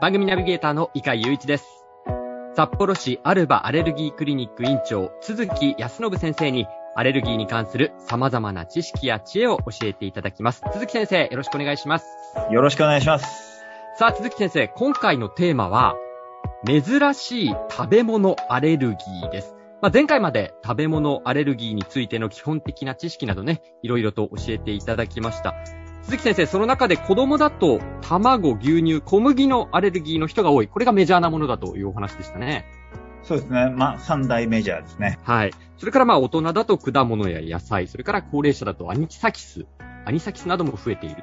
番組ナビゲーターの伊賀雄一です。札幌市アルバアレルギークリニック院長、鈴木康信先生に、アレルギーに関する様々な知識や知恵を教えていただきます。鈴木先生、よろしくお願いします。よろしくお願いします。さあ、鈴木先生、今回のテーマは、珍しい食べ物アレルギーです。まあ、前回まで食べ物アレルギーについての基本的な知識などね、いろいろと教えていただきました。鈴木先生、その中で子供だと卵、牛乳、小麦のアレルギーの人が多い。これがメジャーなものだというお話でしたね。そうですね。まあ、三大メジャーですね。はい。それからまあ大人だと果物や野菜、それから高齢者だとアニキサキス、アニサキスなども増えている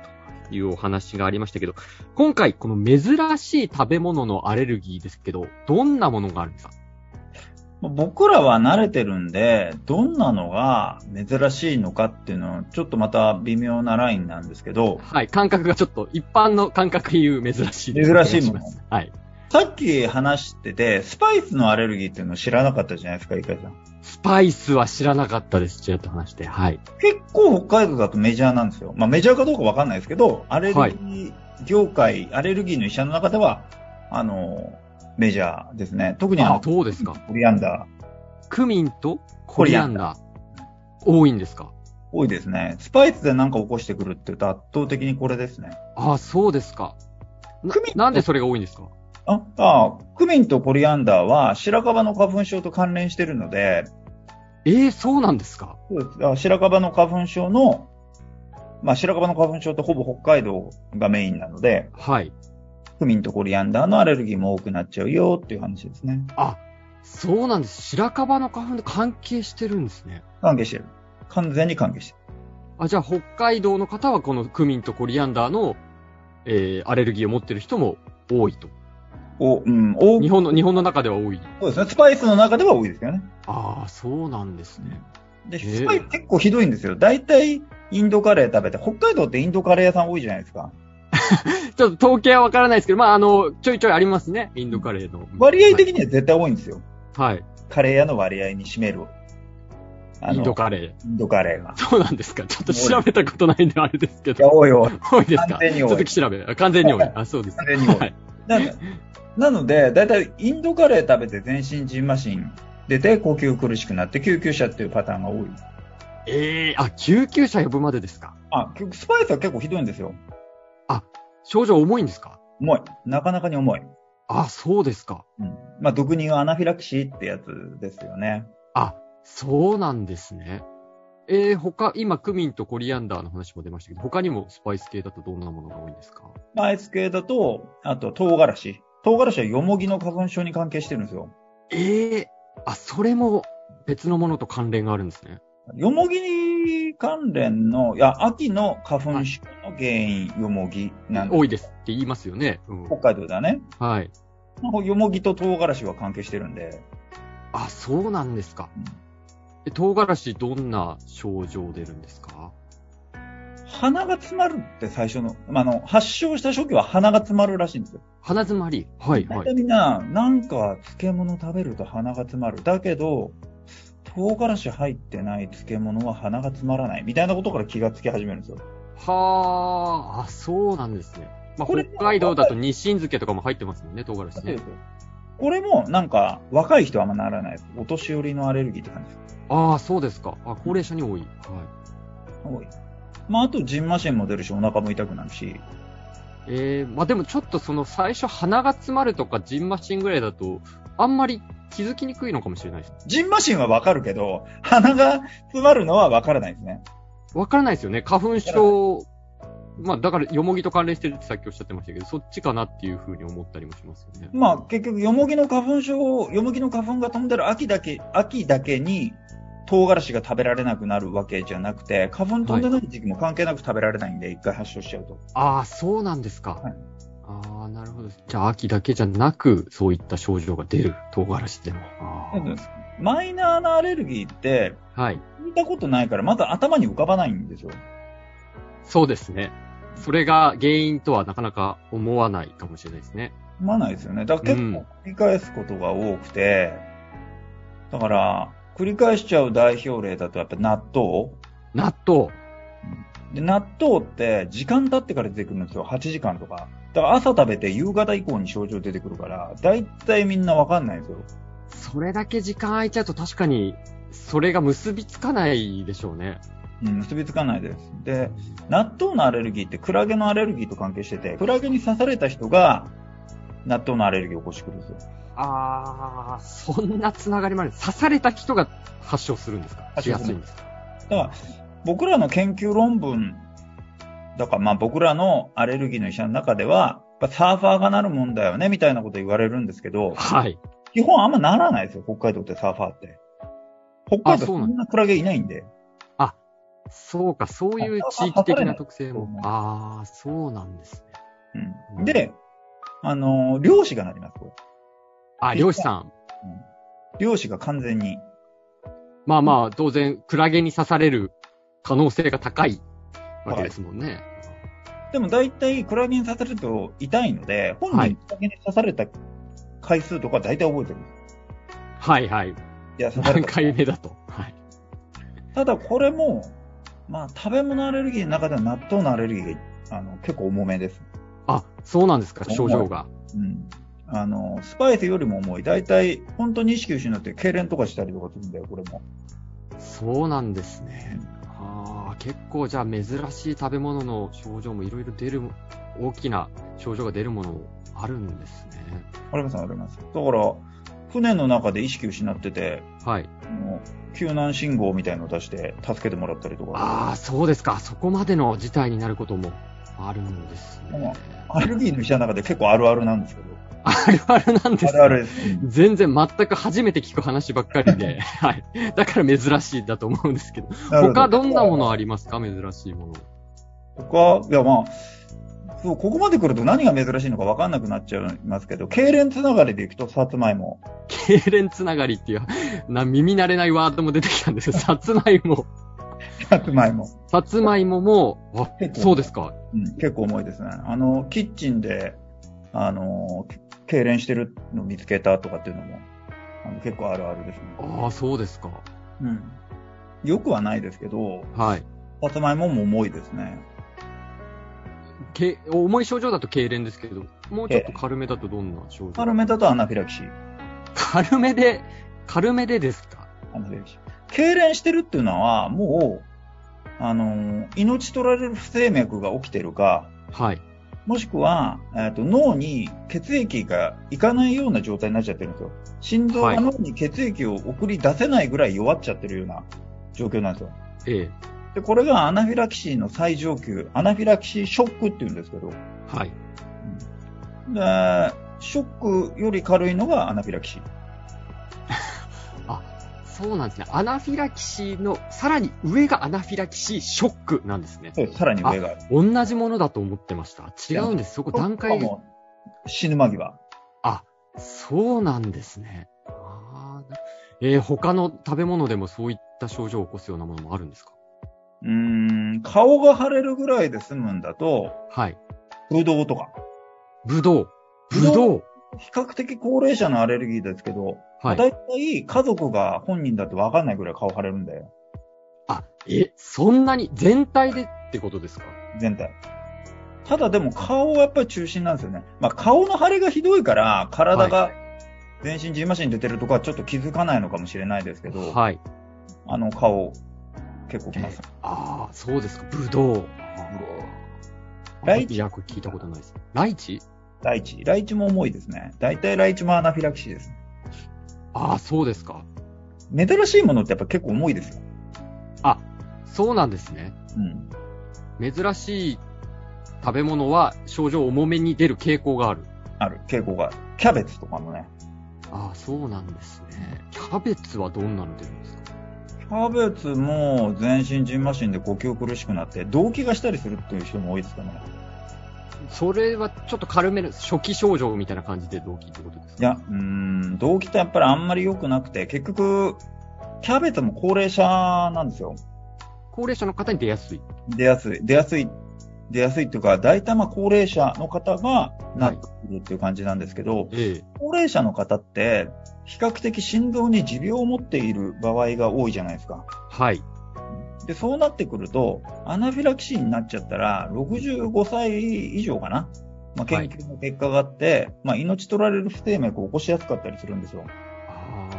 というお話がありましたけど、今回この珍しい食べ物のアレルギーですけど、どんなものがあるんですか僕らは慣れてるんで、どんなのが珍しいのかっていうのは、ちょっとまた微妙なラインなんですけど、はい。感覚がちょっと一般の感覚で言う珍しい。珍しいおもの願しますはい。さっき話してて、スパイスのアレルギーっていうの知らなかったじゃないですか、イカちゃん。スパイスは知らなかったです。ちょっと話して。はい。結構北海道だとメジャーなんですよ。まあ、メジャーかどうかわかんないですけど、アレルギー業界、アレルギーの医者の中では、あの、メジャーですね。特にああの、、どうですかコリアンダー、クミンとコリアンダー。多いんですか多いですね。スパイスでなんか起こしてくるって言うと圧倒的にこれですね。ああ、そうですか。なクミンなんでそれが多いんですかああ、クミンとコリアンダーは白樺の花粉症と関連してるので、ええそうなんですかそうですあ白樺の花粉症の、まあ、白樺の花粉症ってほぼ北海道がメインなので、はい。クミンとコリアンダーのアレルギーも多くなっちゃうよっていう話ですね。あ、そうなんです。白樺の花粉と関係してるんですね。関係してる。完全に関係してる。あ、じゃあ北海道の方はこのクミンとコリアンダーの、えー、アレルギーを持ってる人も多いと。お、うん、多日い。本の、日本の中では多い。そうですね。スパイスの中では多いですよね。ああ、そうなんですね。で、へえスパイス結構ひどいんですよ。大体、インドカレー食べて、北海道ってインドカレー屋さん多いじゃないですか。ちょっと統計はわからないですけど、まあ、あの、ちょいちょいありますね。インドカレーの。割合的には絶対多いんですよ。はい。はい。カレー屋の割合に占める。あのインドカレインドカレーが。ー。そうなんですか。ちょっと調べたことないんであれですけいや、ど。多いよ。多いですか完全に多いちょっと調べ。あ完全に多い。あ、 そうです。完全に多いはい。なんかなので、だいたいインドカレー食べて全身ジンマシン出て呼吸苦しくなって救急車っていうパターンが多い。ええあ、救急車呼ぶまでですかあ、結構スパイスは結構ひどいんですよ。症状重いんですか重い。なかなかに重い。あ、そうですか。うん。まあ、毒乳アナフィラキシーってやつですよね。あ、そうなんですね。えー、他、今、クミンとコリアンダーの話も出ましたけど、他にもスパイス系だとどんなものが多いんですかアイス系だと、あと唐辛子。唐辛子はヨモギの花粉症に関係してるんですよ。ええあ、それも別のものと関連があるんですね。ヨモギに関連の、いや、秋の花粉症の原因、ヨモギなんで多いですって言いますよね。うん北海道だね。はい。ヨモギと唐辛子は関係してるんで、あ、そうなんですかうん。え唐辛子どんな症状出るんですか鼻が詰まるって最初の、まあ、あの、発症した初期は鼻が詰まるらしいんですよ。鼻詰まり。はい、大は体い。みんな、なんか漬物食べると鼻が詰まる。だけど、唐辛子入ってない漬物は鼻が詰まらない。みたいなことから気がつき始めるんですよ。はー、あ、そうなんですね。まあ、これ北海道だと日清漬けとかも入ってますもんね、唐辛子ね。これも、なんか、若い人はあんまならないです。お年寄りのアレルギーって感じです。ああ、そうですか。あ、高齢者に多い。はい。多い。まあ、あと、ジンマシンも出るし、お腹も痛くなるし。えー、まあでもちょっとその最初鼻が詰まるとかジンマシンぐらいだと、あんまり気づきにくいのかもしれないです。ジンマシンはわかるけど、鼻が詰まるのはわからないですね。わからないですよね。花粉症、まあだからヨモギと関連してるってさっきおっしゃってましたけど、そっちかなっていうふうに思ったりもしますよね。まあ結局、ヨモギの花粉症、ヨモギの花粉が飛んでる秋だけ、秋だけに唐辛子が食べられなくなるわけじゃなくて、花粉飛んでない時期も関係なく食べられないんで、一回発症しちゃうと。ああ、そうなんですか。はいああ、あ、なるほど。じゃあ、秋だけじゃなく、そういった症状が出る、唐辛子でも。あーマイナーなアレルギーって、はい。聞いたことないから、まだ頭に浮かばないんですよ。そうですね。それが原因とはなかなか思わないかもしれないですね。踏まないですよね。だから結構繰り返すことが多くて、だから、繰り返しちゃう代表例だとやっぱ納豆。納豆。で、納豆って時間経ってから出てくるんですよ。8時間とか。だから朝食べて夕方以降に症状出てくるから、だいたいみんなわかんないんですよ。それだけ時間空いちゃうと確かに、それが結びつかないでしょうね。うん、結びつかないです。で、納豆のアレルギーってクラゲのアレルギーと関係してて、クラゲに刺された人が納豆のアレルギーを起こしてくるんですよ。あー、そんなつながりまで。刺された人が発症するんですか発し症やするすいんですかだから、僕らの研究論文、だからまあ僕らのアレルギーの医者の中では、やっぱサーファーがなるもんだよね、みたいなこと言われるんですけど、はい。基本あんまならないですよ、北海道ってサーファーって。北海あ道そそうんなクラゲいないんで。そうか、そういう地域的な特性刺も。さあー、そうなんですね。うん、で、あのー漁師がなります、これあ、漁師さん。漁師が完全に。まあまあ、当然、クラゲに刺される可能性が高いわけですもんね。でも大体クラゲに刺されると痛いので、本はい人にクラゲに刺された回数とか大体覚えてるんです。はい、はい、いや、刺され何た。回目だと。はい。ただこれも、まあ食べ物アレルギーの中では納豆のアレルギーがあの結構重めです。あ、そうなんですか、重い症状が。うん。あの、スパイスよりも重い。大体、本当に意識失って、痙攣とかしたりとかするんだよ、これも。そうなんですね。ああ、結構じゃあ珍しい食べ物の症状もいろいろ出る、大きな症状が出るものもあるんですね。あります、あります。だから、船の中で意識失ってて、はい。あの救難信号みたいのを出して、助けてもらったりとか。ああ、そうですか。そこまでの事態になることもあるんですね。アレルギーの医者の中で結構あるあるなんですけど。あるあるなんですねあるあるです。うん全然全く初めて聞く話ばっかり で、はい。だから珍しいだと思うんですけど。なるほ他どんなものありますか珍しいもの。他、いやまあ、そう、ここまで来ると何が珍しいのか分かんなくなっちゃいますけど、痙攣つながりでいくと、さつまいも。 痙攣つながりっていう、な、耳慣れないワードも出てきたんですけ ど、さつまいも。さつまいも。さつまいもも、あ、そうですか。うん、結構重いですね。あの、キッチンで、あの、け痙攣してるの見つけたとかっていうのも、あの結構あるあるですね。ああ、そうですか。うん。よくはないですけど、はい。さつまいもも重いですね。け重い症状だと痙攣ですけど、もうちょっと軽めだとどんな症状軽めだとアナフィラキシー。軽めで、軽めでですかアナフィラキシー。痙攣してるっていうのは、もう、あの、命取られる不整脈が起きてるか、はい。もしくは、えーと脳に血液がいかないような状態になっちゃってるんですよ。心臓はいが脳に血液を送り出せないぐらい弱っちゃってるような状況なんですよ。ええ。で、これがアナフィラキシーの最上級、アナフィラキシーショックって言うんですけど、で、はい。ショックより軽いのがアナフィラキシー。そうなんですね。アナフィラキシーの、さらに上がアナフィラキシーショックなんですね。そうですさらに上がある。同じものだと思ってました。違うんです。そこ段階ショッがクは。もう死ぬ間際。そうなんですね。あーなえー他の食べ物でもそういった症状を起こすようなものもあるんですかうーん、顔が腫れるぐらいで済むんだと、はい。ブドウとか。ぶどう。ぶぶどうどう。比較的高齢者のアレルギーですけど、はい。大体家族が本人だって分かんないぐらい顔腫れるんだよ。あ、え、そんなに全体でってことですか全体。ただでも顔はやっぱり中心なんですよね。まあ顔の腫れがひどいから体が全身ジーマシン出てるとかはちょっと気づかないのかもしれないですけど、はい。あの顔結構きます。ああ、そうですか。ぶどう。あーライチいや、これ聞いたことないです。ライチライチ。ライチも重いですね。大体ライチもアナフィラキシーです。ああ、そうですか。珍しいものってやっぱ結構重いですよ。そうなんですね。うん。珍しい食べ物は症状重めに出る傾向がある。ある傾向がある。キャベツとかもね。ああ、そうなんですね。キャベツはどんなの出るんですかキャベツも全身ジーマシンで呼吸苦しくなって、動悸がしたりするっていう人も多いですかね。それはちょっと軽めの初期症状みたいな感じで動機ってことですかいや、うーん、動機ってやっぱりあんまり良くなくて、結局、キャベツも高齢者なんですよ。高齢者の方に出やすい。出やすい、出やすい、出やすいっていうか、大体まあ高齢者の方がなってくるっていう感じなんですけど、ええ。高齢者の方って、比較的心臓に持病を持っている場合が多いじゃないですか。はい。で、そうなってくると、アナフィラキシーになっちゃったら、65歳以上かな。まあ、は研い究の結果があって、まあ、命取られる不整脈を起こしやすかったりするんですよ。だかああ、は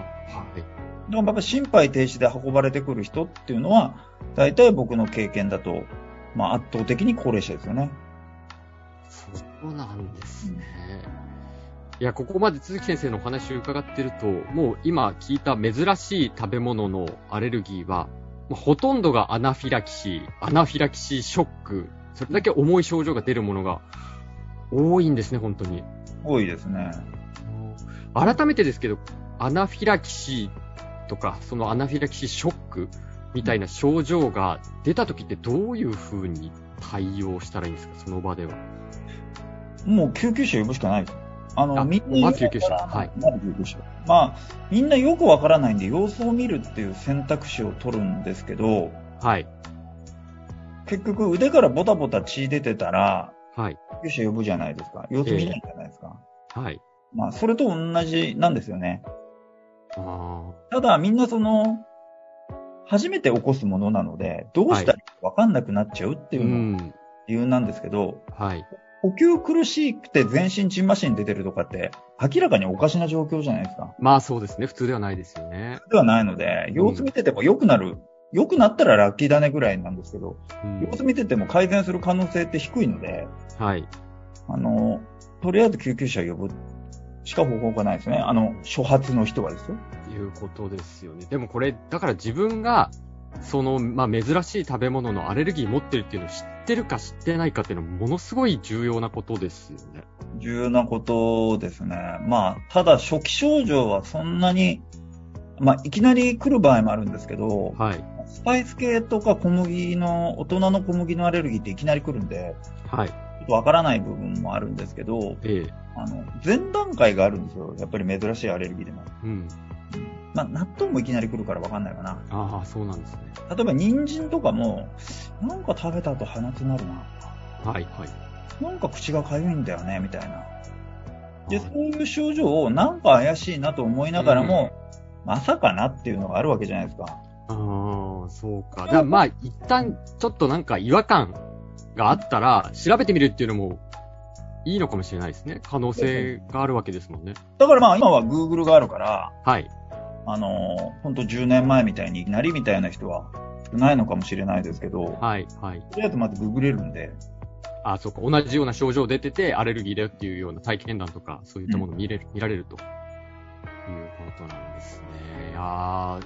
い。らやっぱ心肺停止で運ばれてくる人っていうのは、大体僕の経験だと、まあ、圧倒的に高齢者ですよね。そうなんですね。いや、ここまで鈴木先生のお話を伺ってると、もう今聞いた珍しい食べ物のアレルギーは、もうほとんどがアナフィラキシー、アナフィラキシーショック、それだけ重い症状が出るものが多いんですね、本当に。多いですね。改めてですけど、アナフィラキシーとか、そのアナフィラキシーショックみたいな症状が出た時ってどういう風に対応したらいいんですか、その場では。もう救急車呼ぶしかないです。あの、あみんなまず救急車よくわからはいまず救急車。まあ、みんなよくわからないんで、様子を見るっていう選択肢を取るんですけど、はい。結局腕からボタボタ血出てたら、はい。救急車呼ぶじゃないですか。様子見ないじゃないですか。はい。まあ、それと同じなんですよね。あただ、みんなその、初めて起こすものなので、どうしたらいいかわかんなくなっちゃうってーいううのがん。理由なんですけど、はい。呼吸苦しくて全身ジンマシン出てるとかって、明らかにおかしな状況じゃないですか。まあそうですね。普通ではないですよね。ではないので、様子見てても良くなる、良くなったらラッキーだねぐらいなんですけど、うん様子見てても改善する可能性って低いので、はい。あの、とりあえず救急車呼ぶしか方法がないですね。あの、初発の人はですよ。いうことですよね。でもこれ、だから自分が、その、まあ珍しい食べ物のアレルギー持ってるっていうのを知ってるか知ってないかっていうのはものすごい重要なことですよね。重要なことですね。まあ、ただ初期症状はそんなに、まあ、いきなり来る場合もあるんですけど、はい。スパイス系とか小麦の、大人の小麦のアレルギーっていきなり来るんで、はい。ちょっとわからない部分もあるんですけど、ええ。あの、前段階があるんですよ。やっぱり珍しいアレルギーでも。うん。まあ、納豆もいきなり来るからわかんないかな。ああ、そうなんですね。例えば、人参とかも、なんか食べた後鼻詰まるな。はい、はい。なんか口が痒いんだよね、みたいな。で、あそーういう症状をなんか怪しいなと思いながらも、まさかなっていうのがあるわけじゃないですか。ああ、そうか。だからまあ、一旦、ちょっとなんか違和感があったら、調べてみるっていうのも、いいのかもしれないですね。可能性があるわけですもんね。だからまあ今は Google があるから、はい。あのー、ほんと10年前みたいにいきなりみたいな人は少ないのかもしれないですけど、はい、はい。とりあえずまず Google れるんで、あ、そうか。同じような症状出てて、アレルギーだよっていうような体験談とか、そういったものを見れる、見られると。いうことなんですね。いやー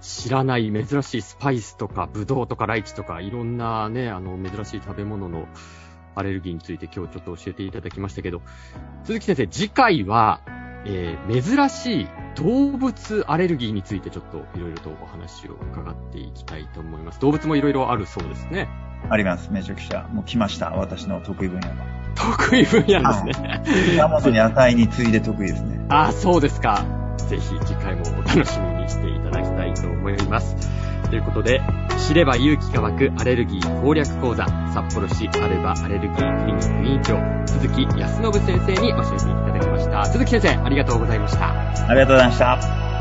知らない珍しいスパイスとか、ブドウとか、ライチとか、いろんなね、あの、珍しい食べ物のアレルギーについて今日ちょっと教えていただきましたけど、鈴木先生、次回は、えー珍しい動物アレルギーについてちょっといろいろとお話を伺っていきたいと思います。動物もいろいろあるそうですね。あります。めちゃくちゃ。もう来ました。私の得意分野が。得意分野ですね。 山本野菜に次いで得意ですね。ああ、そうですか。ぜひ次回もお楽しみにしていただきたいと思います。ということで、知れば勇気が湧くアレルギー攻略講座、札幌市アルバアレルギークリニック委員長、鈴木康信先生に教えていただきました。鈴木先生、ありがとうございました。ありがとうございました。